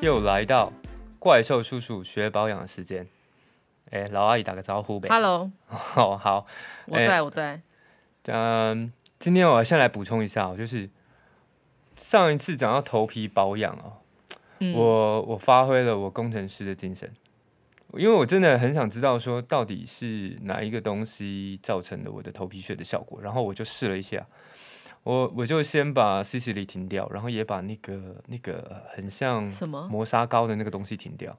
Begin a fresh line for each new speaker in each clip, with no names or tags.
又来到怪兽叔叔学保养的时间。哎、老阿姨打个招呼呗。
Hello，
哦，好，
我
哎
在我在，
嗯，今天我先来补充一下、哦，就是上一次讲到头皮保养哦，
嗯，
我我发挥了我工程师的精神，因为我真的很想知道说到底是哪一个东西造成了我的头皮屑的效果，然后我就试了一下，我我就先把 C C 里停掉，然后也把那个那个呃很像
什么？
磨砂膏的那个东西停掉，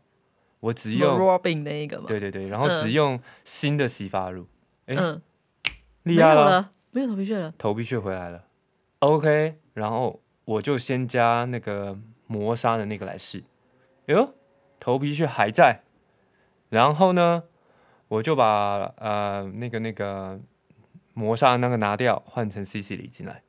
我只
啊什么
用
Robin 那一个吗？
对对对，然后
嗯
只用新的洗发乳，哎
嗯，没
厉
有
害了，
了，没有头皮屑了。
头皮屑回来了，OK，然后我就先加那个磨砂的那个来试，哎呦，头皮屑还在，然后呢，我就把呃那个那个磨砂的那个拿掉，换成 CC 里进来，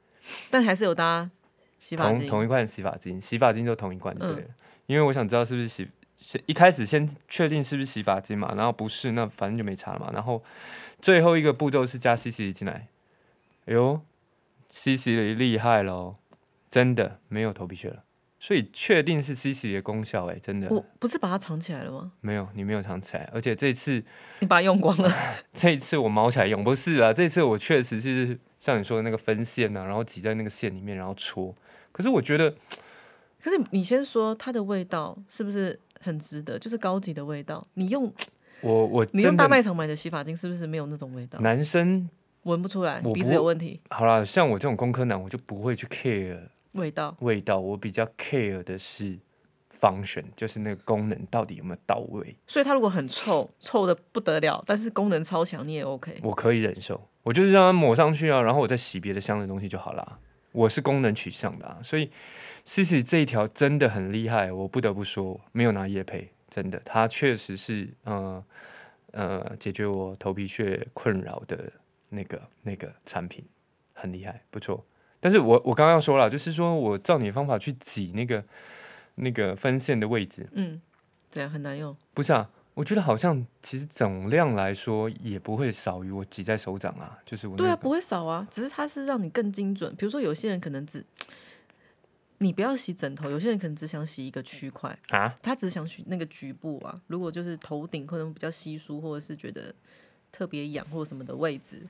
但还是有搭洗发
同
精。
同一罐洗发精，洗发精就同一罐就
嗯
对了，因为我想知道是不是洗。是一开始先确定是不是洗发精嘛，然后不是，那反正就没差嘛。然后最后一个步骤是加 CC 里进来，哎呦，CC 里厉害喽，真的没有头皮屑了，所以确定是 CC 里的功效哎、真的
我不是把它藏起来了吗？
没有，你没有藏起来，而且这次
你把它用光 了。
这一次我毛起来用不是啦，这次我确实是像你说的那个分线啊呐、然后挤在那个线里面，然后戳。可是我觉得
可是你先说它的味道是不是很值得？就是高级的味道。你用
我我
你用
真
大
的
卖场买的洗发精是不是没有那种味道？
男生
闻不出来，
我不
鼻子有问题。
好啦，像我这种工科男，我就不会去 care
味道
味道，我比较 care 的是 function，就是那个功能到底有没有到位，
所以它如果很臭，臭的不得了，但是功能超强，你也 OK。
我可以忍受。我就是让它抹上去啊，然后我再洗别的香的东西就好啦。我是功能取向的、啊，所以 C C 这一条真的很厉害，我不得不说，没有拿叶配，真的，它确实是呃呃解决我头皮屑困扰的那个那个产品，很厉害，不错。但是我我刚刚要说了，就是说我照你的方法去挤那个那个分线的位置，
嗯，这样很难用。
不是啊，我觉得好像其实总量来说也不会少于我挤在手掌啊，就是我、那个、
对啊，不会少啊，只是它是让你更精准。比如说，有些人可能只你不要洗枕头，有些人可能只想洗一个区块，
啊，
他只想洗那个局部啊。如果就是头顶可能比较稀疏，或者是觉得特别痒或者什么的位置，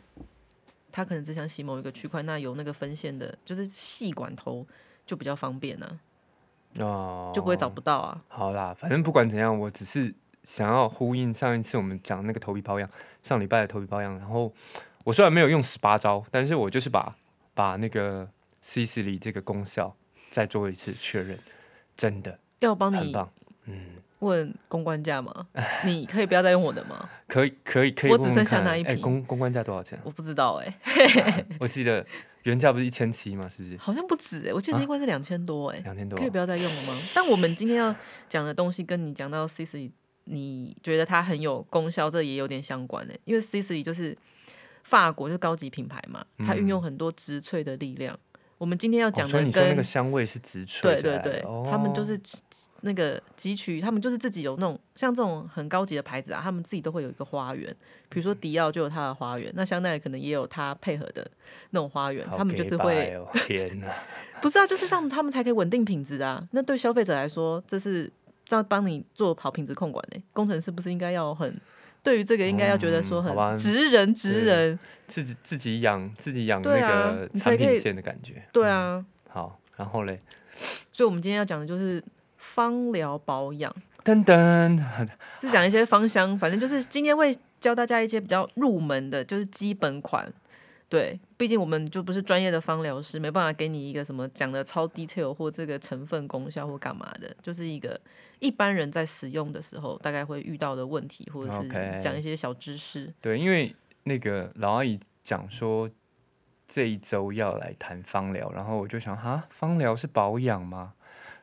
他可能只想洗某一个区块。那有那个分线的，就是细管头就比较方便啊，
哦，
就不会找不到啊。
好啦，反正不管怎样，我只是想要呼应上一次我们讲那个头皮保养，上礼拜的头皮保养。然后我虽然没有用十八招，但是我就是把把那个 C C 里这个功效再做一次确认，真的
要帮
很
你
棒，
问公关价吗？你可以不要再用我的吗？
可以可以可以
我
问
只
问看。
剩下那一
哎
瓶
公公关价多少钱啊？
我不知道哎、
我记得原价不是一千七吗？是不是
好像不止哎、我记得那
啊
罐是两千多哎、
两千多啊
可以？不要再用了吗？但我们今天要讲的东西跟你讲到 C C，你觉得它很有功效，这也有点相关呢、欸因为 C C 就是法国就高级品牌嘛，它运用很多植萃的力量。我们今天
嗯
要
哦
讲
所
的
以你说那
跟、
个香味是直吹
对
起来
对
的
对，
哦
他们就是那个汲取，他们就是自己有那种像这种很高级的牌子啊，他们自己都会有一个花园，比
嗯
如说迪奥就有它的花园，那香奈儿可能也有它配合的那种花园，
好
他们就是会
gay 掰哦天哪！
不是啊，就是让他们才可以稳定品质啊。那对消费者来说，这是这样帮你做好品质控管呢、工程师不是应该要很对于这个应该要觉得说
嗯好吧
很直人直人？
自己自己养自己养那
对啊
个
你
产
才可以
品线的感觉。
对啊，
嗯好，然后嘞，
所以我们今天要讲的就是芳疗保养，
噔噔，
是讲一些芳香，反正就是今天会教大家一些比较入门的，就是基本款。对，毕竟我们就不是专业的芳疗师，没办法给你一个什么讲的超 detail 或这个成分功效或干嘛的，就是一个一般人在使用的时候大概会遇到的问题，或者
OK
是讲一些小知识。
对，因为那个老阿姨讲说这一周要来谈芳疗，然后我就想哈，芳疗是保养吗？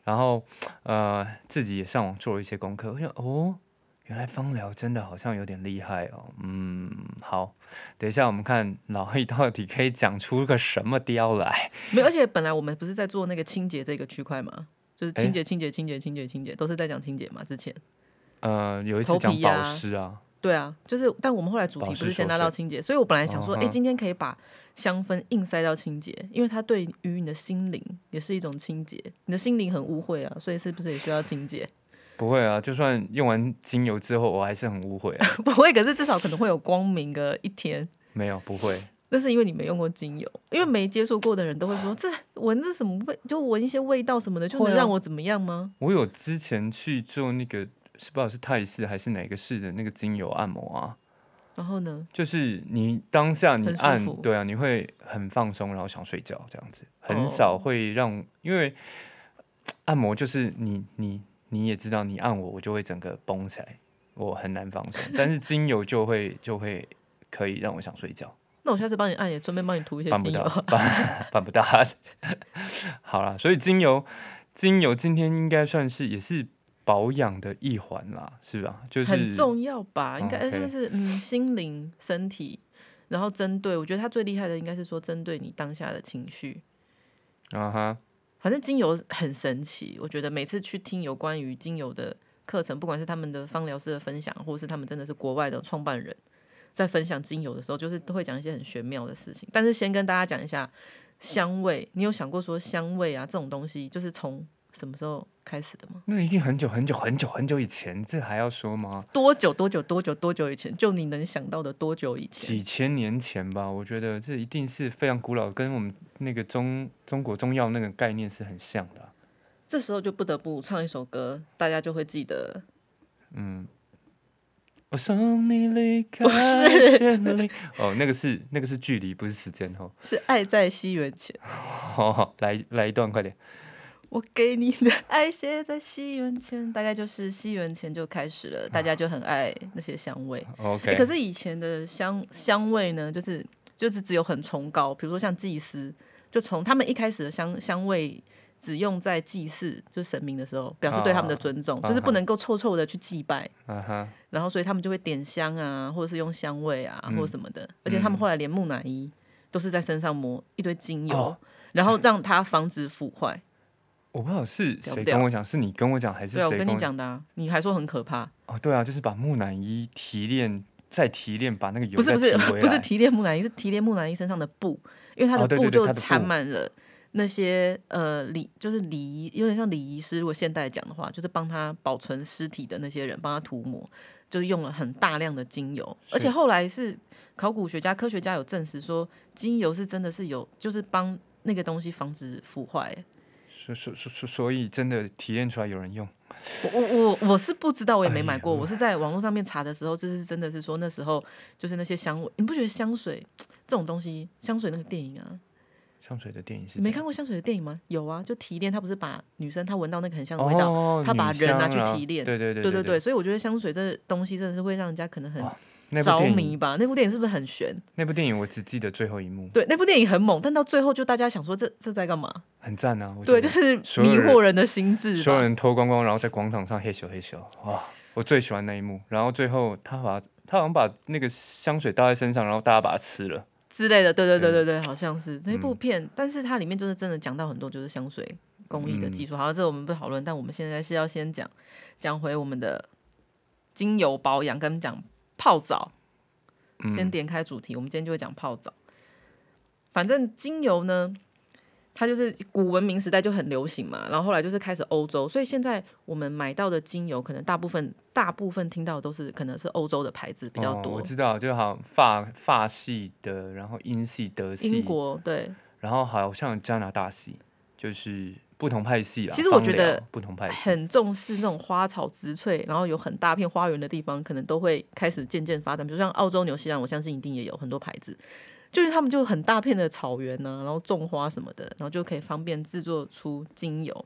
然后呃，自己也上网做了一些功课，我想哦，原来芳疗真的好像有点厉害哦。嗯，好，等一下我们看老阿姨到底可以讲出个什么雕来。
没有，而且本来我们不是在做那个清洁这个区块吗？就是清洁、清洁、清洁、清洁、清洁，都是在讲清洁嘛。之前
呃，有一次
头
讲
皮
保
啊
湿啊，
对啊，就是，但我们后来主题不是先拉到清洁，所以我本来想说，
嗯
哎、
哼
今天可以把香氛硬塞到清洁，因为它对于你的心灵也是一种清洁，你的心灵很污秽啊，所以是不是也需要清洁？
不会啊，就算用完精油之后，我还是很污秽、啊。
不会，可是至少可能会有光明的一天。
没有，不会。
那是因为你没用过精油，因为没接触过的人都会说，这闻这什么味，就闻一些味道什么的，就
会
能
啊
让我怎么样吗？
我有之前去做那个，是不知道是泰式还是哪个市的那个精油按摩啊，
然后呢，
就是你当下你
很舒
按
服，
对啊，你会很放松，然后想睡觉这样子，
哦
很少会让，因为按摩就是你你你也知道，你按我我就会整个绷起来，我很难放松，但是精油就会就会可以让我想睡觉，
那我下次帮你按，也顺便帮你涂一些
办不
精油
到。，办 办不到，好啦，所以精油精油今天应该算是也是保养的一环啦，是吧？就是
很重要吧？应该
OK
就是嗯，心灵、身体，然后针对，我觉得它最厉害的应该是说针对你当下的情绪。
啊哈，
反正精油很神奇，我觉得每次去听有关于精油的课程，不管是他们的芳疗师的分享，或是他们真的是国外的创办人在分享精油的时候，就是都会讲一些很玄妙的事情。但是先跟大家讲一下香味，你有想过说香味啊这种东西，就是从什么时候开始的吗？
那一定很久很久很久很久以前，这还要说吗？
多久多久多久多久以前？就你能想到的多久以前？
几千年前吧，我觉得这一定是非常古老，跟我们那个中中国中药那个概念是很像的啊、
这时候就不得不唱一首歌，大家就会记得。
我送你离开
不是
千里，哦，那个是那个是距离，不是时间哦。
是爱在西元前，
好好，来来一段，快点。
我给你的爱写在西元前，大概就是西元前就开始了，大家就很爱那些香味。诶
啊 OK，
可是以前的香香味呢，就是就是只有很崇高，比如说像祭司，就从他们一开始的香香味只用在祭祀，就神明的时候，表示对他们的尊重，
啊
就是不能够臭臭的去祭拜。
啊哈，
然后所以他们就会点香啊，或者是用香味啊，
嗯
或者什么的。而且他们后来连木乃伊都是在身上抹一堆精油，
哦
然后让它防止腐坏。
我不知道是
屌不
谁
屌
跟我讲，是你跟我讲还是
对啊，我
谁
跟
我
你？讲的啊，你还说很可怕，
哦，对啊，就是把木乃伊提炼再提炼，把那个油
不是
再
不
提
是
回
不是
来。
提炼木乃伊，是提炼木乃伊身上的布，因为它
哦对对
的布
对
就
它的布
缠满了。那些呃礼就是礼仪，有点像礼仪师。如果现代讲的话，就是帮他保存尸体的那些人，帮他涂抹，就是用了很大量的精油。
是
而且后来是考古学家、科学家有证实说，精油是真的是有，就是帮那个东西防止腐坏。
所所所所所以真的提炼出来有人用。
我我我我是不知道，我也没买过。
哎呀
我是在网络上面查的时候，就是真的是说那时候就是那些香味，你不觉得香水这种东西，香水那个电影啊，
香水的电影是
你没
这样
看过香水的电影吗？有啊，就提炼，他不是把女生她闻到那个很香的
哦，
味道，他
女
把人拿
香
去
啊
提炼
对对对
对
对
对，所以我觉得香水这东西真的是会让人家可能很
哇那部
着
电影
迷吧。那部电影是不是很悬？
那部电影我只记得最后一幕，
对，那部电影很猛，但到最后就大家想说这这在干嘛？
很赞啊！我
对，
觉
就
得
是
所有
迷惑人的心智
所有
吧。
人脱光光，然后在广场上嘿咻嘿咻，哇！我最喜欢那一幕。然后最后他把他好像把那个香水倒在身上，然后大家把它吃了。
之类的，对
嗯
对对对对，好像是那部片，但是它里面就是真的讲到很多就是香水工艺的
嗯
技术。好，这我们不讨论，但我们现在是要先讲讲回我们的精油保养跟讲泡澡。
嗯
先点开主题，我们今天就会讲泡澡。反正精油呢，它就是古文明时代就很流行嘛，然后后来就是开始欧洲，所以现在我们买到的精油，可能大部分大部分听到的都是可能是欧洲的牌子比较
哦
多
我，知道，就好像法法系的，然后英系、德
英
系，
国对。
然后好像加拿大系，就是不同派系啦。
其实我
芳
觉
疗
得
不同派系
很重视那种花草植萃，然后有很大片花园的地方，可能都会开始渐渐发展。比如像澳洲、纽西兰，我相信一定也有很多牌子，就是他们就很大片的草原呢、然后种花什么的，然后就可以方便制作出精油。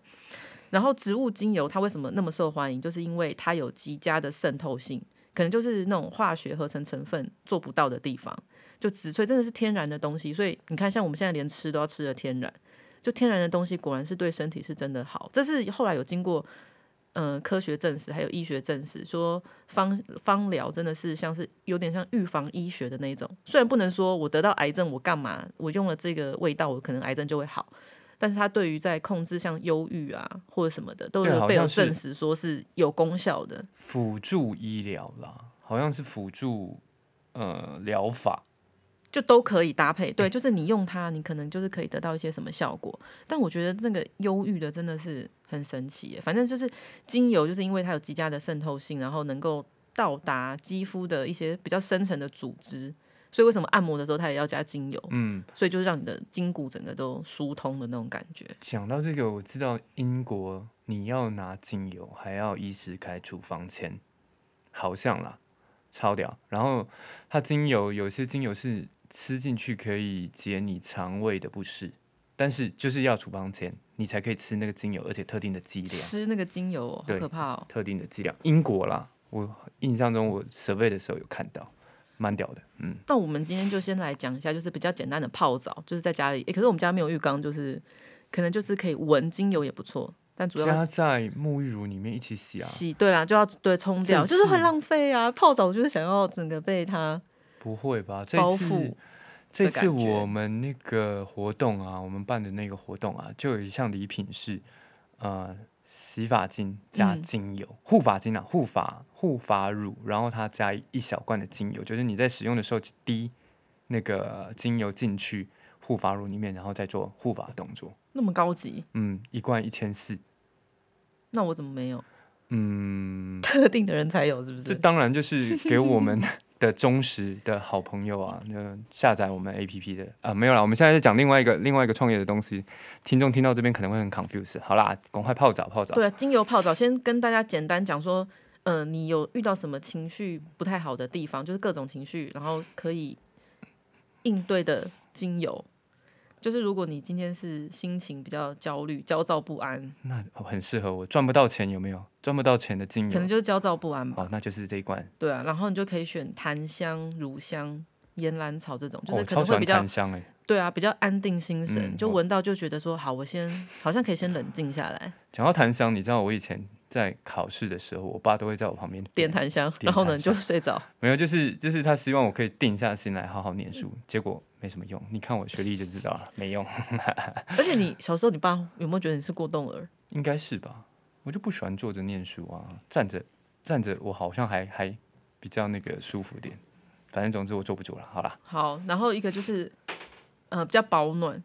然后植物精油它为什么那么受欢迎，就是因为它有极佳的渗透性，可能就是那种化学合成成分做不到的地方。就植萃真的是天然的东西，所以你看，像我们现在连吃都要吃的天然，就天然的东西果然是对身体是真的好。这是后来有经过嗯、呃科学证实，还有医学证实，说芳芳疗真的是像是有点像预防医学的那种。虽然不能说我得到癌症我干嘛，我用了这个味道我可能癌症就会好，但是它对于在控制像忧郁啊或者什么的，都
对
有
好
被有
像是
证实说是有功效的。
辅助医疗啦，好像是辅助呃疗法，
就都可以搭配。对，就是你用它，你可能就是可以得到一些什么效果。但我觉得那个忧郁的真的是很神奇耶，反正就是精油，就是因为它有极佳的渗透性，然后能够到达肌肤的一些比较深层的组织。所以为什么按摩的时候它也要加精油？
嗯，
所以就是让你的筋骨整个都疏通的那种感觉。
讲到这个，我知道英国你要拿精油，还要医师开处方签，好像啦，超屌。然后它精油有些精油是吃进去可以解你肠胃的不适，但是就是要处方签，你才可以吃那个精油，而且特定的剂量。
吃那个精油哦好
对
可怕哦！
特定的剂量。英国啦，我印象中我 survey 的时候有看到，蛮屌的。嗯，
那我们今天就先来讲一下，就是比较简单的泡澡，就是在家里。诶可是我们家没有浴缸，就是可能就是可以闻精油也不错，但主要
加
要
在沐浴乳里面一起洗啊，
洗对啦，就要对冲掉，
正
就是
是
很浪费啊。泡澡我就是想要整个被它
不会吧？这
包覆
次。这
的感
次
觉
我们那个活动啊，我们办的那个活动啊，就有一项礼品是，呃，洗发精加
嗯
精油，护发精啊，护发护发乳，然后它加一小罐的精油，就是你在使用的时候滴那个精油进去护发乳里面，然后再做护发动作。
那么高级，
嗯，一罐一千四，
那我怎么没有？
嗯，
特定的人才有是不
这
是？
当然就是给我 们的忠实的好朋友啊，那下载我们 APP 的啊、没有啦，我们现在在讲另外一个另外一个创业的东西，听众听到这边可能会很 confused。好啦，赶快泡澡泡澡。
对啊，精油泡澡，先跟大家简单讲说，嗯、你有遇到什么情绪不太好的地方，就是各种情绪，然后可以应对的精油。就是如果你今天是心情比较焦虑、焦躁不安，
那哦很适合我，赚不到钱有没有？赚不到钱的精
可能
油，
就是焦躁不安吧，
哦，那就是这一罐。
对啊，然后你就可以选檀香、乳香、岩兰草这种，就
哦，
是
我
可
超
能
喜
会
欢
比较、
檀香哎、欸。
对啊，比较安定心神，
嗯
就
我
闻到就觉得说好，我先好像可以先冷静下来，
讲到檀香，你知道我以前在考试的时候，我爸都会在我旁边
点檀 香，
点
然后呢
檀
就
香
睡 着。
没有，就是就是他希望我可以定下心来好好念书，结果没什么用。你看我学历就知道了，没用，
而且你小时候，你爸有没有觉得你是过动儿？
应该是吧？我就不喜欢坐着念书啊，站着站着我好像还还比较那个舒服点。反正总之我坐不住了，好啦，
好，然后一个就是，呃，比较保暖，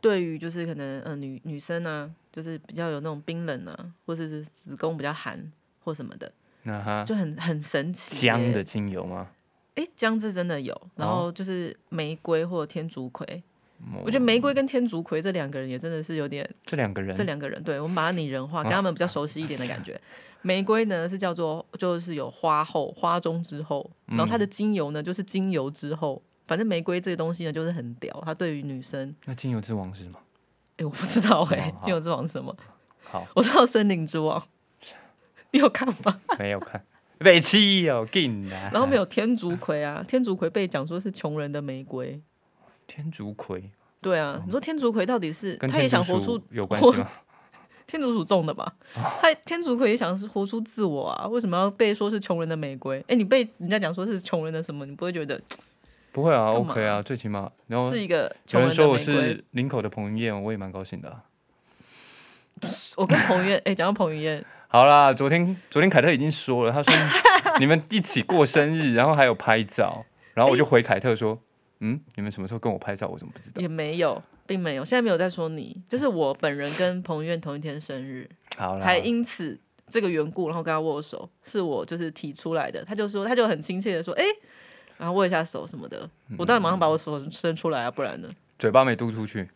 对于就是可能呃女女生啊，就是比较有那种冰冷啊，或者是子宫比较寒或什么的，
那哈
就很很神奇耶。
啊姜的精油吗？
诶，姜这真的有，然
哦
后就是玫瑰或天竺葵。
哦
我觉得玫瑰跟天竺葵这两个人也真的是有点，
这两个人
这两个人，对我们把它拟 人化，跟他们比较熟悉一点的感觉。玫瑰呢是叫做就是有花后、花中之后，
嗯
然后它的精油呢就是精油之后。反正玫瑰这个东西呢就是很屌，它对于女生，
那精油之王是什 么？
诶，我不知道哎诶，
哦好
精油之王是什么？
好，
我知道森林 之王，你有看吗？
没有看，北七哦，劲啊！
然后没有天竺葵啊，天竺葵被讲说是穷人的玫瑰。
天竺葵
对啊，你说天竺葵到底是
哦跟
他也
天竺
想活
鼠
出
有关系
活
吗？
天竺鼠种的吧？
啊
他天竺葵也想是活出自我啊，为什么要被说是穷人的玫瑰？哎，你被人家讲说是穷人的什么，你不会觉得
不会啊
干嘛
，OK 啊，最起码然后
是一个
有
穷
人
人的
说我
玫瑰？
是林口的彭于晏，我也蛮高兴的啊、
我跟彭于晏， 哎，讲到彭于晏，
好啦，昨天昨天凯特已经说了，他 说你们一起过生日，然后还有拍照，然后我就回凯特说，
哎
嗯，你们什么时候跟我拍照？我怎么不知道？
也没有，并没有，现在没有在说你，就是我本人跟彭于晏同一天生日，
好啦
还，因此这个缘故，然后跟他握手，是我就是提出来的。他就说，他就很亲切的说，哎，然后握一下手什么的，
嗯
我当然马上把我手伸出来啊，不然呢？
嘴巴没嘟出去。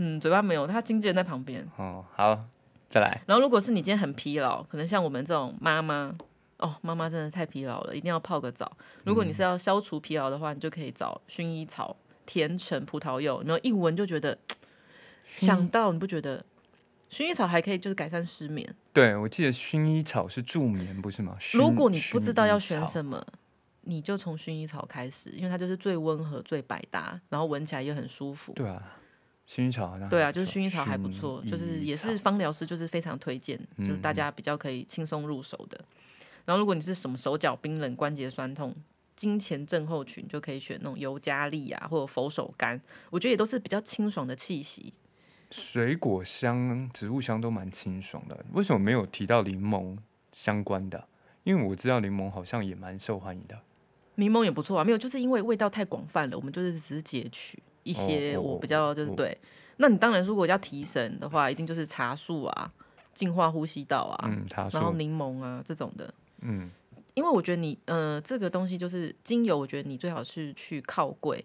嗯，嘴巴没有，他经纪人在旁边。
哦，好，再来。
然后如果是你今天很疲劳，可能像我们这种妈妈，哦，妈妈真的太疲劳了，一定要泡个澡。如果你是要消除疲劳的话，你就可以找薰衣草、甜橙、葡萄柚，然后一闻就觉得，想到你不觉得？薰衣草还可以就是改善失眠。
对，我记得薰衣草是助眠，不是吗？薰
如果你不知道要
薰衣
选
草
什么，你就从薰衣草开始，因为它就是最温和、最百搭，然后闻起来也很舒服。
对啊，薰衣草好像还
对啊，
不
就是
错
薰衣草嗯还不错，
薰
就是
衣
也
草
是芳疗师就是非常推荐，就是大家比较可以轻松入手的。然后如果你是什么手脚冰冷、关节酸痛、金钱症候群，就可以选那种尤加利啊或者佛手柑，我觉得也都是比较清爽的气息。
水果香、植物香都蛮清爽的。为什么没有提到柠檬相关的啊？因因为我知道柠檬好像也蛮受欢迎的。
柠檬也不错啊，没有，就是因为味道太广泛了，我们就是只是截取一些
哦哦哦
我比较就是
哦
对。那你当然如果要提神的话，一定就是茶树啊，净化呼吸道啊，
嗯，他
然后
说，
柠檬啊这种的。
嗯，
因为我觉得你，呃，这个东西就是精油，我觉得你最好是去靠柜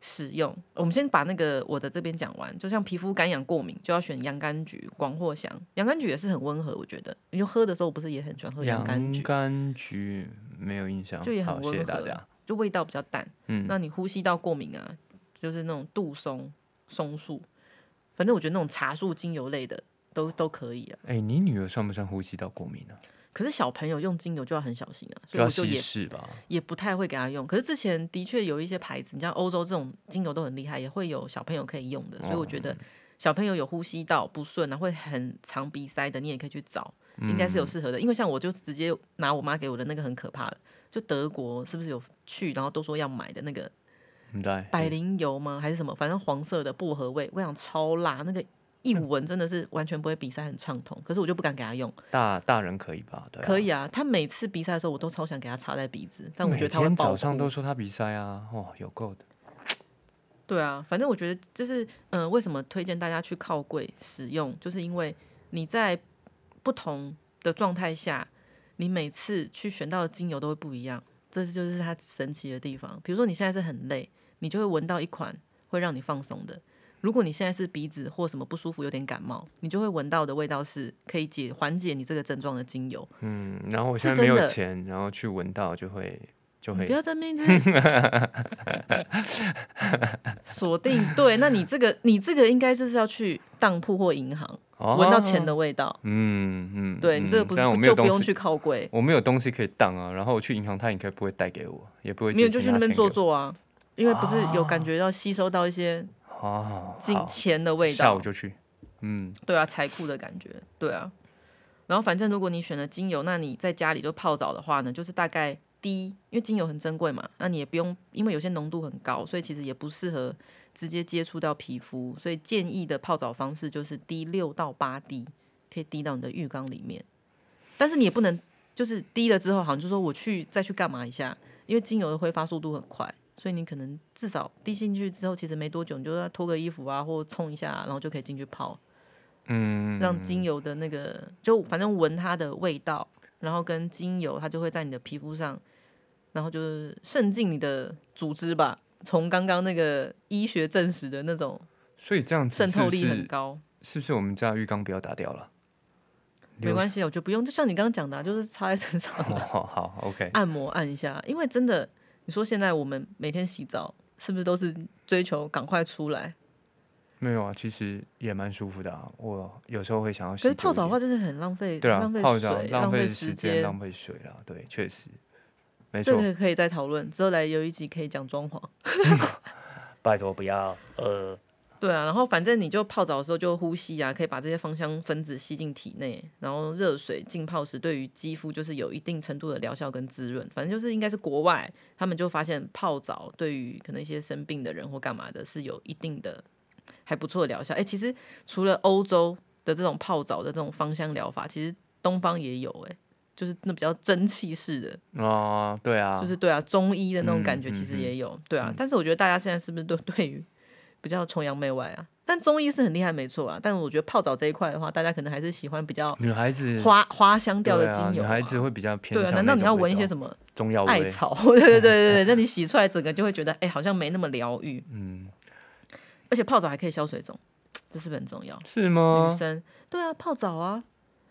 使用。我们先把那个我的这边讲完，就像皮肤干痒过敏，就要选洋甘菊、广藿香。洋甘菊也是很温和，我觉得。你就喝的时候，不是也很喜欢喝洋
洋
甘菊，
柑橘没有印象，
就也
好，
很温和
谢谢大家。
就味道比较淡。
嗯，
那你呼吸道过敏啊，就是那种杜松、松树，反正我觉得那种茶树精油类的都都可以啊。
哎、你女儿算不算呼吸道过敏呢、啊？
可是小朋友用精油就要很小心啊，所
就
以
要
我就
稀
也
释吧。
也不太会给他用。可是之前的确有一些牌子，你像欧洲这种精油都很厉害，也会有小朋友可以用的，所以我觉
哦
得小朋友有呼吸道不顺啊，会很长鼻塞的，你也可以去找，应该是
嗯
有适合的。因为像我就直接拿我妈给我的那个很可怕的，就德国是不是有去，然后都说要买的那个
你在
百灵油吗？还是什么？反正黄色的薄荷味，我想超辣，那个一
嗯
闻真的是完全不会鼻塞，很畅通。可是我就不敢给他用。
大大人可以吧？对、啊，
可以啊，他每次鼻塞的时候，我都超想给他插在鼻子，但我
每
觉得他会
天
爆
早上
哭
都说她鼻塞啊，哦，有够的。
对啊，反正我觉得就是，嗯、为什么推荐大家去靠柜使用，就是因为你在不同的状态下，你每次去选到的精油都会不一样，这就是它神奇的地方。比如说你现在是很累，你就会闻到一款会让你放松的；如果你现在是鼻子或什么不舒服，有点感冒，你就会闻到的味道是可以解缓解你这个症状的精油。
嗯，然后我
是
现在没有
真的
钱，然后去闻到就会就
你
会
不要这边一直 锁定对，那你这个你这个应该就是要去当铺或银行。闻到钱
哦。
的味道。
嗯嗯，
对你这个
嗯
不是
但我
不
没有
就不
东
用
西，
去靠柜，
我没有东西可以当啊。然后我去银行，他应该不会带给我，也不会
没有
借
就
钱
去那
拿
边
钱
坐
给
坐啊，因为不是有
啊
感觉到吸收到一些
我。哦，
金
好
钱的味
下
道
午，就去。嗯，
对啊，财库的感觉，对啊。然后反正如果你选了精油，那你在家里就泡澡的话呢，就是大概低，因为精油很珍贵嘛，那你也不用，因为有些浓度很高，所以其实也不适合直接接触到皮肤，所以建议的泡澡方式就是滴六到八滴，可以滴到你的浴缸里面，但是你也不能就是滴了之后，好像就说我去再去干嘛一下，因为精油的挥发速度很快。所以你可能至少滴进去之后，其实没多久，你就要脱个衣服啊，或冲一下、然后就可以进去泡。
嗯
让精油的那个，就反正闻它的味道，然后跟精油，它就会在你的皮肤上，然后就是渗进你的组织吧。从刚刚那个医学证实的那种
所以这样子
渗
嗯是
透
不
力很
是
高，
是不是我们家浴缸不要打掉 了？
没关系啊，我觉得不用。就像你刚刚讲的啊、就是擦在身上
系，好哦好，OK。
按摩按一下，因为真的，你说现在我们每天洗澡是不是都是追求赶快出来？
没有啊，其实也蛮舒服的、啊。我有时候会想要洗久
可是
一点。
泡澡的话，真的很浪费，
对啊
浪，
泡
费
澡
水，
浪
费
时间，
间。
浪费水啦。对，确实，没
这
错。
个可以再讨论，之后来有一集可以讲装潢。
拜托不要，呃，
对啊，然后反正你就泡澡的时候就呼吸啊，可以把这些芳香分子吸进体内，然后热水浸泡时对于肌肤就是有一定程度的疗效跟滋润。反正就是应该是国外他们就发现泡澡对于可能一些生病的人或干嘛的是有一定的还不错的疗效。哎，其实除了欧洲的这种泡澡的这种芳香疗法，其实东方也有哎、就是那比较蒸汽式的，
哦，对啊，
就是对啊，中医的那种感觉
嗯
其实
嗯嗯
也有，对啊。但是我觉得大家现在是不是都对于比较崇洋媚外啊？但中医是很厉害，没错啊。但我觉得泡澡这一块的话，大家可能还是喜欢比较
女孩子
花花香调的
嗯对啊
精
女
油、
孩子。会比较偏
对啊，
向
难道
那
你
种
要
味
闻一
道
些什么
中药
艾
味？
草？ 对对对对对，那你洗出来整个就会觉得，哎、好像没那么疗愈。
嗯，
而且泡澡还可以消水肿，这是不是很重要？
是吗
女？生对啊，泡澡啊，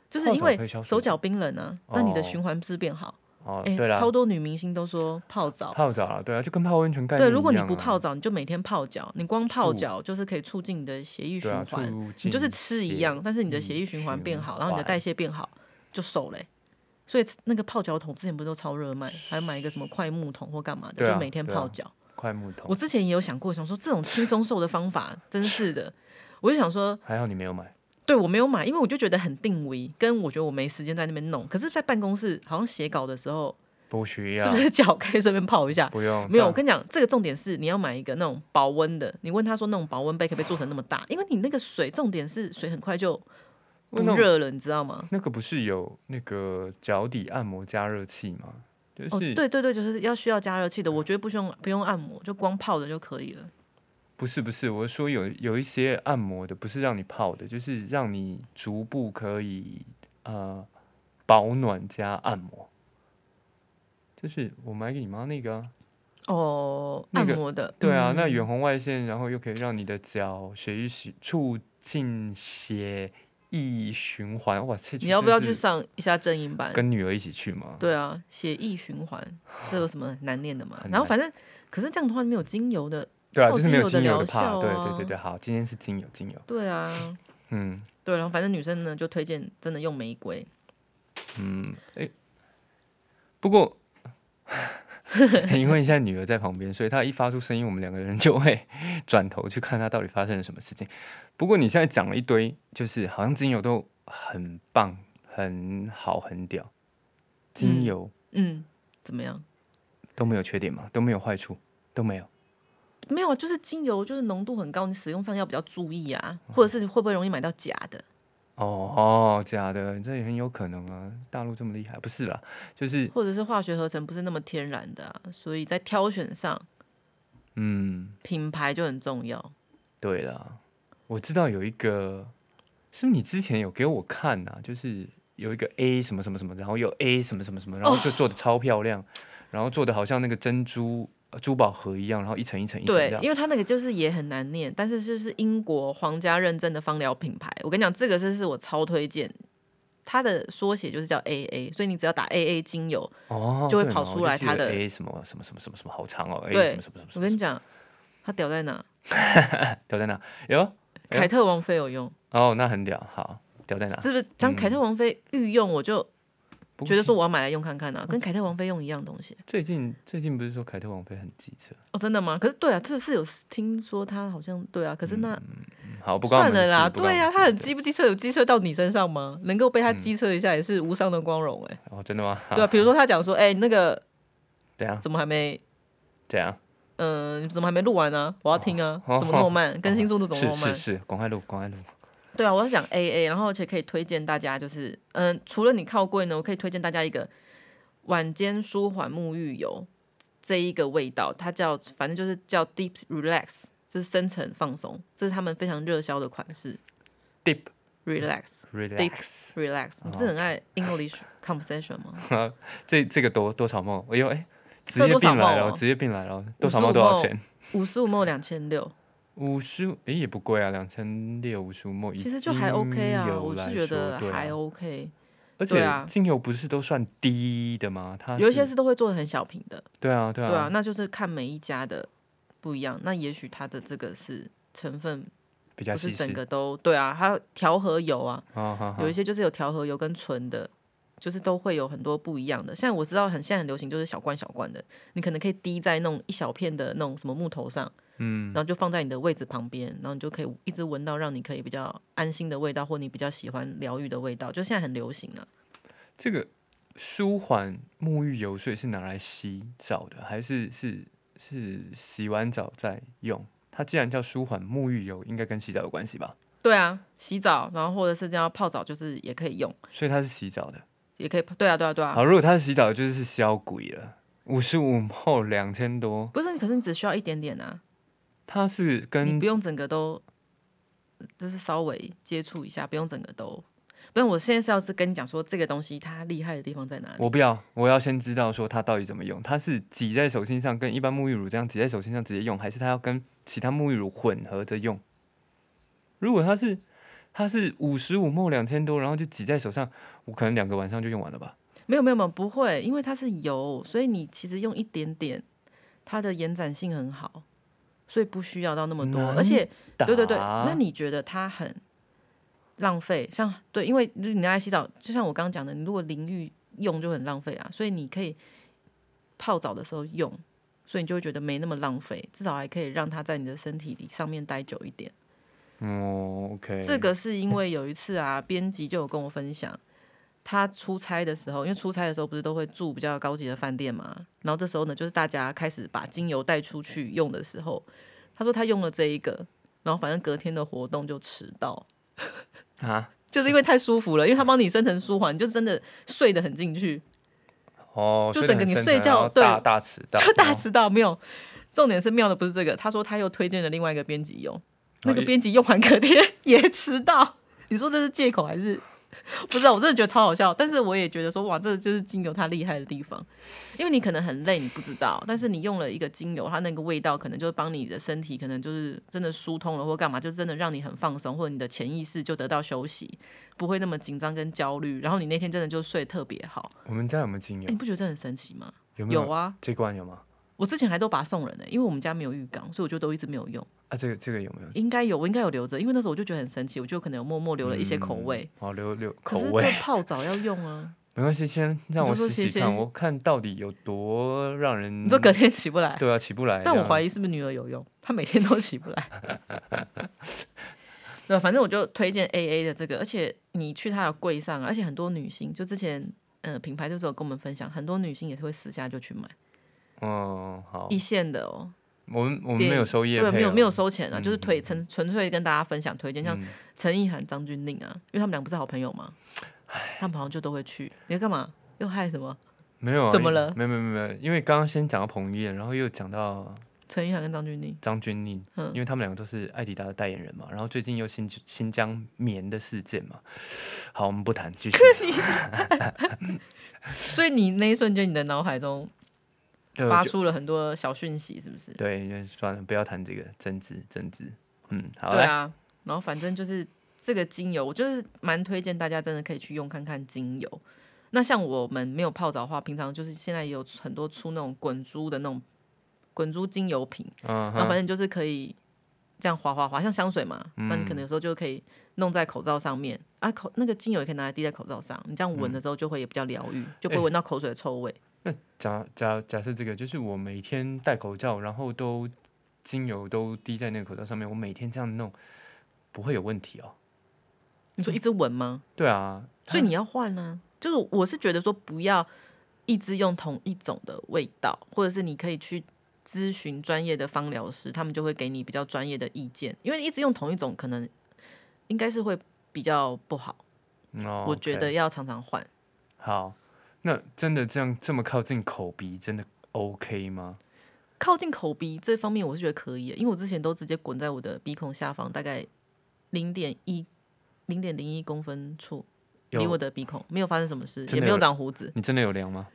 就是
泡
因
澡可
为
以消水
手脚冰冷啊，那你的循环是变好。
哦，
哎、
对啦
超，多女明星都说泡澡
泡澡啊，对啊，就跟泡温泉概念
对，
一
如果你
样
不
啊
泡，澡，你就每天泡脚，你光泡
促
脚就是可以促进你的血液
对
循
啊，
环，
促
你就是
进
吃
血
一样，但是你的
液
血液循环变
循
好，然后你的
环
代谢变好，就瘦嘞、所以那个泡脚桶之前不是都超热卖，还买一个什么快木桶或干嘛的，
对啊
就每天
对
泡
啊
脚。
块木头
我。之前也有想过，想说这种轻松瘦的方法，真是的。我就想说，
还好你没有买，
对我没有买，因为我就觉得很定位，跟我觉得我没时间在那边弄。可是，在办公室好像写稿的时候，
不需
是
要
不，是 脚可以顺便泡一下？
不用，
没有，我
但
跟你讲，这个重点是你要买一个那种 保温的。你问他说那种保温杯可不可以做成那么大？因为你那个水，重点是水很快就
那
不
种
热了，你知道吗？
那个不是有那个脚底按摩加热器吗？就是、
哦，对对对，就是要需要加热器的，我觉得不需要不用按摩，就光泡着就可以了。
不是不是，我是说有有一些按摩的，不是让你泡的，就是让你逐步可以呃保暖加按摩。就是我买给你妈那个、啊，
哦，
那个
按摩的，
对啊，
嗯
那远红外线，然后又可以让你的脚血液循促进血液循环。哇，这句
你要不要去
真是
上一下正音班？
跟女儿一起去嘛？
对啊，血液循环，这有什么难念的嘛？
很
然后
难
反正，可是这样的话没有精油的，
对啊，
哦
就是没有
精
精
油
油
的
的怕。
疗效
对
啊
对对对，好，今天是精油精油，
对啊，
嗯
对，然后反正女生呢就推荐真的用玫瑰，
嗯，哎、不过。 因为现在女儿在旁边，所以她一发出声音，我们两个人就会转头去看她到底发生了什么事情。不过你现在讲了一堆，就是好像精油都很棒、很好、很屌，精
嗯
油
嗯，怎么样？
都没有缺点嘛，都没有坏处，都没有。
没有啊，就是精油就是浓度很高，你使用上要比较注意啊，
嗯
或者是会不会容易买到假的？
哦哦，假的，这也很有可能啊。大陆这么厉害，不是啦，就是
或者是化学合成不是那么天然的、啊，所以在挑选上
嗯，
品牌就很重要。
对啦，我知道有一个，是不是你之前有给我看啊？就是有一个 A 什么什么什么，然后有 A 什么什么什么，然后就做
哦
的超漂亮，然后做的好像那个珍珠呃珠宝盒一样，然后一层一层一层这
对，
样。
因为它那个就是也很难念，但是就是英国皇家认证的芳疗品牌。我跟你讲，这个真是我超推荐，它的缩写就是叫
嗯
AA，所以你只要打 AA 精油，
哦，
就会
对嘛
跑
我
出来
记得
它的
A 什么什么什么什么什么好长哦，A
对
什么什么什么什
我
么什
跟你
么，
讲，它屌在哪？
屌在哪？哟，哎
凯特王妃有用，
哦，那很屌，好，屌在哪？
是不是？讲凯特王妃御用，我就
不过
觉得说我要买来用看看啊，跟凯特王妃用一样东西。
最近最近不是说凯特王妃很机车？
哦，真的吗？可是对啊，这是有听说她好像对啊，可是那、
嗯好，不关我
算
们的
了
事
啦，
不关
对
我
啊，
们的
她
事
很。机不机车有机车到你身上吗？能够被她
嗯
机车一下也是无上的光荣哎、
对哦，真的吗？
对啊，比如说他讲说，哎、你那个
怎样
怎么还没，
怎样？
嗯、你怎么还没录完呢、我要听啊，
哦
怎么那么慢，更新速度怎么那
是
么慢
是？是，赶快录，赶快录。
对啊，我要讲 A A，然后而且可以推荐大家就是，嗯、除了你靠柜呢，我可以推荐大家一个晚间舒缓沐浴油这一个味道，它叫反正就是叫 Deep Relax，就是深层放松，这是他们非常热销的款式
Deep
Relax
relax，哦
Relax，你不是很爱 English conversation 吗？
这这个多多少梦？哎呦哎，职
这
业
多少
病来
梦
了，
哦
职业病来了，多少梦多少钱？
五十五 ml 两千六，
五十哎也不贵啊，两千六五十五梦，
其实就还 OK 啊，我是觉得
对啊
还 OK。
而
对啊
且精油不是都算低的吗？它
有一些
是
是都会做的很小瓶的，
对啊对
对啊
啊，，
那就是看每一家的不一样。那也许它的这个是成分
比较
不是
稀
整
释。
个都对啊，还有调和油啊，
啊哈哈
有一些就是有调和油跟纯的，就是都会有很多不一样的。像我知道很现在很流行就是小罐小罐的，你可能可以滴在那种一小片的那种什么木头上，
嗯
然后就放在你的位置旁边，然后你就可以一直闻到让你可以比较安心的味道，或你比较喜欢疗愈的味道，就现在很流行啊。
这个舒缓沐浴油水是拿来洗澡的，还是是是洗完澡再用？它既然叫舒缓沐浴油，应该跟洗澡有关系吧？
对啊，洗澡，然后或者是这样泡澡，就是也可以用，
所以它是洗澡的。
也可以泡。对啊，对啊，对啊。
好，如果它是洗澡的，就是消鬼了。五十五后两千多，
不是，可是你只需要一点点啊，
它是
你
跟
不用整个都，就是稍微接触一下，不用整个都。不然我现在是要是跟你讲说这个东西它厉害的地方在哪里？
我不要，我要先知道说它到底怎么用。它是挤在手心上，跟一般沐浴乳这样挤在手心上直接用，还是它要跟其他沐浴乳混合着用？如果它是它是五十五沫两千多，然后就挤在手上，我可能两个晚上就用完了吧。
没有没有没有，不会，因为它是油，所以你其实用一点点，它的延展性很好，所以不需要到那么多。
难
而且对对对，
打
那你觉得它很浪费？像对，因为就是你拿来洗澡，就像我刚刚讲的，你如果淋浴用就很浪费啊，所以你可以泡澡的时候用，所以你就会觉得没那么浪费，至少还可以让它在你的身体里上面待久一点。
嗯，OK，
这个是因为有一次啊，编辑就有跟我分享，他出差的时候，因为出差的时候不是都会住比较高级的饭店嘛，然后这时候呢，就是大家开始把精油带出去用的时候，他说他用了这一个，然后反正隔天的活动就迟到，
啊，
就是因为太舒服了，因为它帮你生成舒缓，你就真的睡得很进去，
哦，
就
睡得
整个
很
你
深
睡
沉
觉
然后
对
大大迟到，
就大
哦
迟到没有。重点是妙的不是这个，他说他又推荐了另外一个编辑用，那个
一
编辑用完隔天也迟到，你说这是借口还是？不知道，我真的觉得超好笑，但是我也觉得说，哇，这就是精油它厉害的地方，因为你可能很累，你不知道，但是你用了一个精油，它那个味道可能就帮你的身体，可能就是真的疏通了，或干嘛，就真的让你很放松，或者你的潜意识就得到休息，不会那么紧张跟焦虑，然后你那天真的就睡得特别好、
哦我们家有没有精
哎
油
你？不觉得这很神奇吗？
有没
有啊，
这罐有吗？
我之前还都把它送人呢、因为我们家没有浴缸，所以我就都一直没有用。
啊，这个这个有没有？
应该有，我应该有留着，因为那时候我就觉得很神奇，我就可能有默默留了一些口味。
嗯，哦，留留
可
口
是
味
这泡澡要用 啊，
没关系，先让
你
我
就说
洗洗
先
看，
先
我看到底有多让人。
你说隔天起不来，
对啊，起不来。
但我怀
疑，
疑是不是女儿有用，她每天都起不来。 对，啊反正我就推荐 A A 的这个，而且你去她的柜上啊，而且很多女性就之前。呃，品牌就是有跟我们分享，很多女性也是会私下就去买
哦嗯，好
一，线的哦，
我们我们
电
没有
影
收业
对，
配
没有
哦
没有收钱啊，就是
嗯
推纯纯粹跟大家分享推荐，像
嗯
陈意涵、张钧甯啊，因为他们俩不是好朋友吗？他们好像就都会去。你在干嘛？又害什么？
没有啊
怎么了
没有没有没有没有，因为刚刚先讲到彭于晏，然后又讲到
陈意涵跟张钧甯，
张钧甯，
嗯
因为他们两个都是艾迪达的代言人嘛，然后最近又新新疆棉的事件嘛，好，我们不谈，继续。
所以你那一瞬间，你的脑海中
呃
发
就
出了很多小讯息，是不是？
对，就算了，不要谈这个政治政治。嗯，好
对
嘞，
啊。然后反正就是这个精油，我就是蛮推荐大家真的可以去用看看精油。那像我们没有泡澡的话，平常就是现在也有很多出那种滚珠的那种滚珠精油瓶，
嗯
然后
哼，
反正就是可以这样滑滑滑，像香水嘛，那你可
嗯
能有时候就可以弄在口罩上面啊，口那个精油也可以拿来滴在口罩上，你这样闻
嗯
的时候就会也比较疗愈，就不
哎
会闻到口水的臭味。
那假假假设这个就是我每天戴口罩，然后都精油都滴在那个口罩上面，我每天这样弄不会有问题哦。
你说一直闻吗？
对啊，
所以你要换呢、就是我是觉得说不要一直用同一种的味道，或者是你可以去咨询专业的芳疗师，他们就会给你比较专业的意见，因为一直用同一种可能应该是会比较不好，
嗯哦
我觉
OK
得要常常换。
好，那真的这样这么靠近口鼻，真的 OK 吗？
靠近口鼻这方面，我是觉得可以的，因为我之前都直接滚在我的鼻孔下方，大概零点一、零点零一公分处，离
有
我的鼻孔没有发生什么事，
真的
也没有
有
长胡
，
子
你真的有量吗？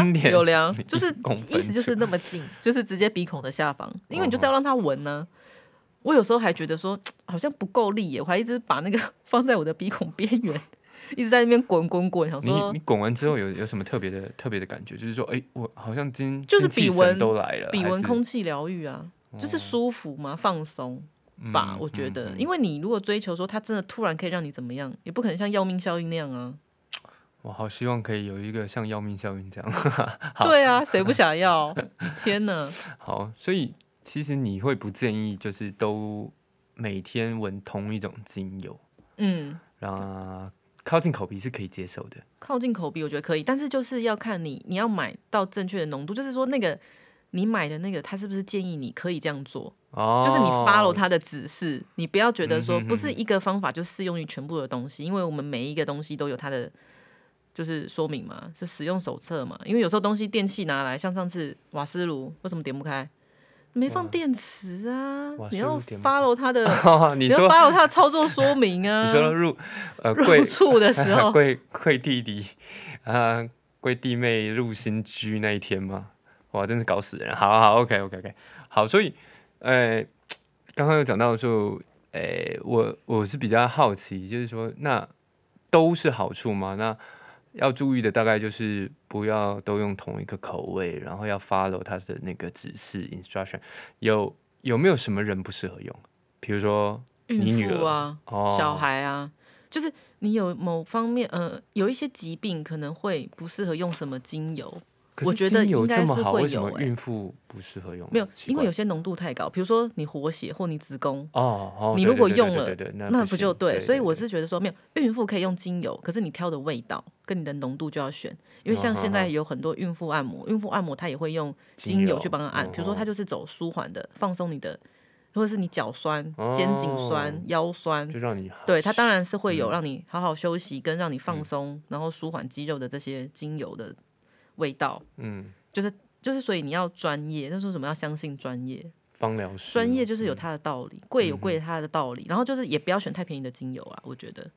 0.01
有量，就是
公分嗯
意思就是那么近，就是直接鼻孔的下 方，因为你就是要让它闻呢、我有时候还觉得说好像不够力耶，我还一直把那个 放在我的鼻孔边缘，一直在那边滚滚滚，想
你
说
你滚完之后有有什么特别的特别的感觉？就是说，哎、我好像今
就是
精气
比
神
闻
都来了，
比
还
闻
是哦
空气疗愈啊，就是舒服嘛，放松。吧，
嗯
我觉
嗯
得，
嗯
因为你如果追求说它真的突然可以让你怎么样，也不可能像要命效应那样啊。
我好希望可以有一个像要命效应这样。
对啊， 谁不想要？天哪！
好，所以其实你会不建议就是都每天闻同一种精油，
嗯，
啊，靠近口鼻是可以接受的。
靠近口鼻我觉得可以，但是就是要看你你要买到正确的浓度，就是说那个你买的那个，他是不是建议你可以这样做？
哦，
就是你 follow 它的指示，你不要觉得
嗯
说
哼
不是一个方法就适用于全部的东西，因为我们每一个东西都有它的就是说明嘛，是使用手册嘛。因为有时候东西电器拿来，像上次瓦斯炉为什么点不开？没放电池啊
瓦！斯
你
炉
要
点不
follow 它的，
你
你要
说
follow 它的操作说明 啊。
你说入呃贵
入处的 时 候，
贵贵弟弟啊贵弟妹入新居那一天吗？哇，真是搞死人！好好好，OK OK OK，好，所以呃，刚刚有讲到说，呃，我我是比较好奇，就是说那都是好处吗？那要注意的大概就是不要都用同一个口味，然后要 follow 它的那个指示 instruction。有有没有什么人不适合用？比如说你女
孕妇
儿
啊，
哦，
小孩啊，就是你有某方面，呃，有一些疾病可能会不适合用什么精油，
可
我
是
觉得
精油
应该
这么
是
好，
会
为什
有
么
欸
孕妇不适合用啊？
没有，
奇
因为
怪
有些浓度太高，比如说你活血或你子宫，
哦哦，
你
对
如果
对对
用
对
了
对对那
那
不
不就
行
对？
对，
所以
对
我
对
是觉得说，没有孕妇可以用精油，可是你挑的味道跟你的浓度就要选，因
嗯
为像现在有很多孕妇按摩，孕妇按摩它也会用
精
精油
油
去帮她按，
嗯
比如说
哼
它就是走舒缓的，放松你的或者是你脚酸、肩颈酸
哦、
腰酸，
就嗯让你
对它当然是会有让你好好休息跟让你放
嗯
松，然后舒缓肌肉的这些精油的味道，
嗯
就是就是所以你要专业，那时候什么要相信专业，
芳疗师
专业
嗯
就是有它的道理，贵有贵它的道理，然后就是也不要选太便宜的精油啊，我觉得，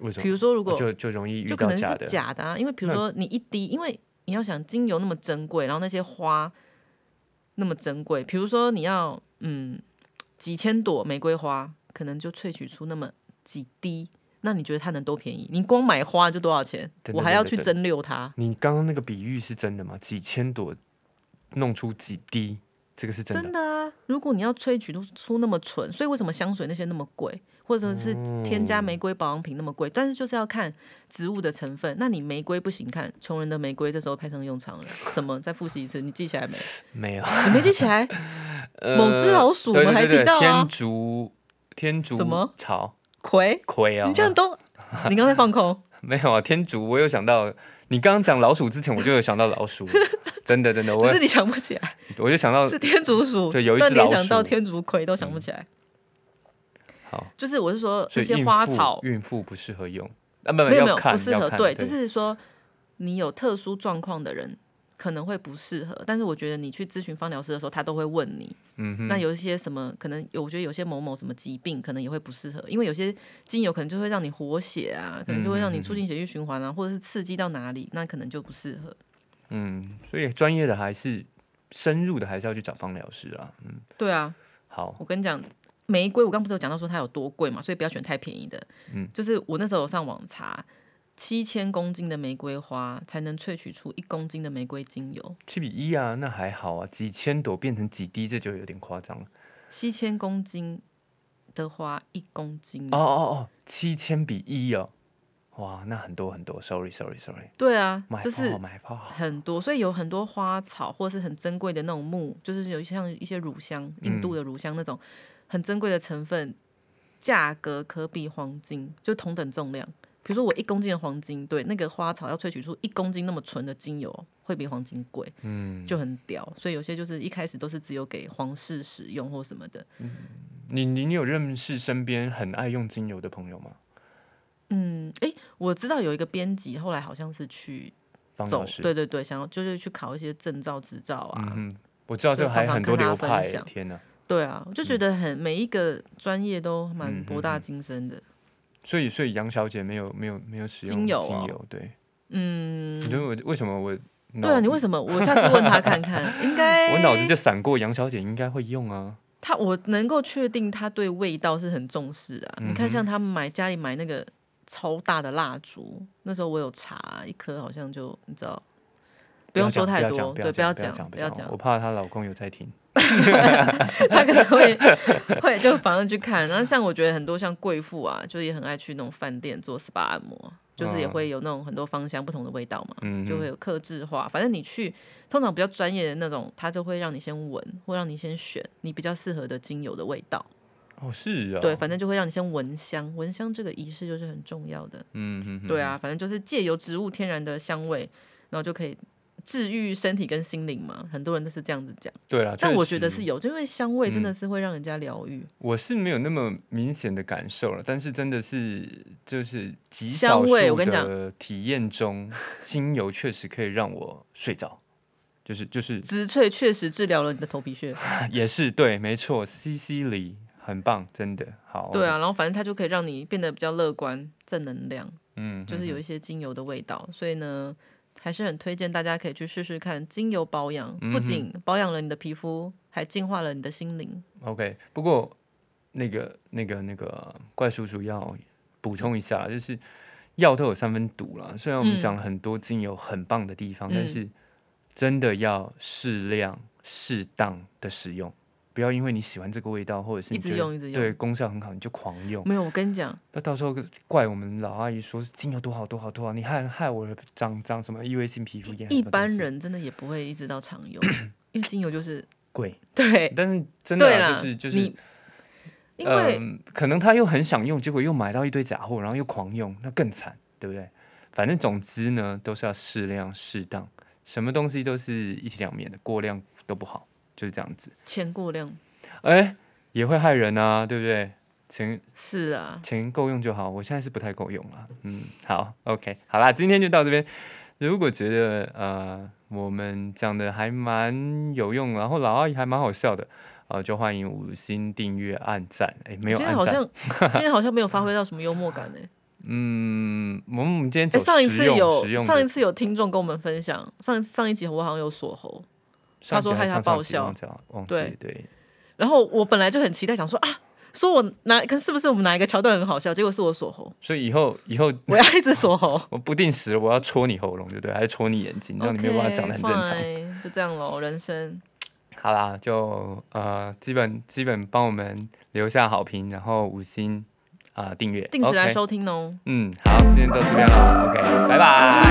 为什
比
么哦
如说如果
就就容易遇
就可
到
能是
假的
假的啊，因为比如
那
说你一滴，因为你要想精油那么珍贵，然后那些花那么珍贵，比如说你要嗯几千朵玫瑰花，可能就萃取出那么几滴，那你觉得它能多便宜？你光买花就多少钱？
对对
我还要
对
去
对对
蒸馏它，
你刚刚那个比喻是真的吗？几千朵弄出几滴，这个是真的。
真的啊！如果你要萃取出出那么纯，所以为什么香水那些那么贵，或者是添加玫瑰保养品那么贵？但是就是要看植物的成分。那你玫瑰不行看，穷人的玫瑰这时候派上用场了。什么？再复习一次，你记起 来没？
没 有，呃
你没记起来？某只老鼠
对
我们还
对对
提
对，
到啊
天，竺天竺
什么
草
葵，
葵啊、
你这样都，你刚才放空，
没有啊？天竺，我有想到你刚刚讲老鼠之前，我就有想到老鼠， 真的真的，
只
我
是你想不起 来，
我就想到
是天竺鼠，
对有一只
但联
老
想到
鼠嗯
天竺葵都想不起来。
好，
就是我是说
所
这
以
些
孕
花
妇
草
孕妇不适合用啊，没有
没有没
要
有
看
不适
要
合，
看
对，就是说你有特殊状况的人可能会不适合，但是我觉得你去咨询芳疗师的时候，他都会问你，
嗯哼，
那有一些什么可能有，我觉得有些某某什么疾病可能也会不适合，因为有些精油可能就会让你活血
嗯
啊，可能就会让你促进血液循环啊，或者是刺激到哪里，那可能就不适合。
嗯，所以专业的还是深入的还是要去找芳疗师啊。嗯，
对啊，
好，
我跟你讲，玫瑰我刚不是有讲到说它有多贵嘛，所以不要选太便宜的。
嗯，
就是我那时候有上网查，七千公斤的玫瑰花才能萃取出一公斤的玫瑰精油，
七比一啊，那还好啊，几千朵变成几滴，这就有点夸张了。
七千公斤的花一公斤。
哦哦哦，七千比一哦，哇，那很多很多，sorry sorry sorry，
对啊
买，
就
不
是
好买不好，
很多，所以有很多花草或是很珍贵的那种木，就是有像一些乳香，
嗯
印度的乳香那种、很珍贵的成分，价格可比黄金，就同等重量。比如说我一公斤的黄金，对那个花草要萃取出一公斤那么纯的精油，会比黄金贵，
嗯，
就很屌。所以有些就是一开始都是只有给皇室使用或什么的。
你你你有认识身边很爱用精油的朋友吗？
嗯，诶，我知道有一个编辑后来好像是去
方老
走，
师，
对对对，想要就是去考一些证照执照啊，
嗯哼，我知道这个
就
还
常常
很多
看他
流派
分
欸，
享
天哪！
对啊，我就觉得很、每一个专业都蛮
嗯
博大精深的。
所以所以杨小姐没有没有没有使用
精油哦
对，
嗯，
你觉得我为什么我
对啊，
脑
你为什么？我下次问他 看看，应该
我脑子就闪过杨小姐应该会用啊，
他我能够确定他对味道是很重视啊。
嗯
你看，像他买家里买那个超大的蜡烛，那时候我有查一颗，好像就你知道，不用说
讲
太
要
多，
讲
对，
不要
讲，
讲，
不
不
要
要
讲
我，怕她老公有在听。
他可能会会就反而去看。然后像我觉得很多像贵妇啊，就是也很爱去那种饭店做 SPA 按摩，就是也
嗯
会有那种很多芳香不同的味道嘛，
嗯哼
就会有克制化。反正你去通常比较专业的那种，他就会让你先闻，或让你先选你比较适合的精油的味道。
哦，是啊，
对，，反正就会让你先闻香，闻香这个仪式就是很重要的。
嗯哼哼，
对啊，反正就是借由植物天然的香味，然后就可以。治愈身体跟心灵嘛，很多人都是这样子讲，
对啦，
但
确
我觉得
实嗯
是有，就因为香味真的是会让人家疗愈。
我是没有那么明显的感受了，但是真的是就是极
香
少
味
数
我跟你讲
的体验中，精油确实可以让我睡着，就是就是
植萃确实治疗了你的头皮屑，
也是对，没错，C C 里很棒，真的好，
对，啊，然后反正它就可以让你变得比较乐观、正能量，
嗯，
就是有一些精油的味道，所以呢，还是很推荐大家可以去试试看精油保养，
嗯
不仅保养了你的皮肤，还净化了你的心灵。
OK，不过那个那个那个怪叔叔要补充一下，就是药都有三分毒啦。虽然我们
嗯
讲了很多精油很棒的地方，但
嗯
是真的要适量、适当的使用，不要因为你喜欢这个味道，或者是
一
你
直
觉得
用一嗯直用
对功效很好，你就狂用。
没有，我跟你讲，
那到时候怪我们老阿姨说是精油多好多好多好，你害害我长长什么异位性皮肤炎什么东西，
一般人真的也不会一直到常 用，因为精油就是
贵，
对
但是真
对
的啊、
啦，
就是就是
你因为、
嗯，可能他又很想用，结果又买到一堆假货，然后又狂用，那更惨，对不对？反正总之呢，都是要适量适当，什么东西都是一体两面的，过量都不好，就是这样子。
钱过量，
哎，也会害人啊，对不对？钱
是啊，
钱够用就好，我现在是不太够用了。嗯，好，OK，好啦，今天就到这边。如果觉得呃我们讲的还蛮有用，然后老阿姨还蛮好笑的，呃，就欢迎五星订阅、按赞。哎，没有
今天
按
好
赞，
像 今天好像没有发挥到什么幽默感呢、欸
嗯，我们今天
哎、
走
上一
实
次
用、
有
实用
上一
的，
次有听众跟我们分享，上一上一集我好像有锁喉，
上
他说
集还
害他
上上
爆
集
笑
忘记了忘记
对
了对，
然后我本来就很期待，想说啊，说我哪跟是不是我们哪一个桥段很好笑，结果是我锁喉，
所以以后以后，
我要一直锁喉
我不定时我要戳你喉咙，对不对？还是戳你眼睛， 让你没有办法讲的很正常。
常，就这样喽，人生
好啦，就呃，基本基本帮我们留下好评，然后五星啊、订阅，
定时来
OK
收听哦。
嗯，好，今天就这边了，OK，拜拜。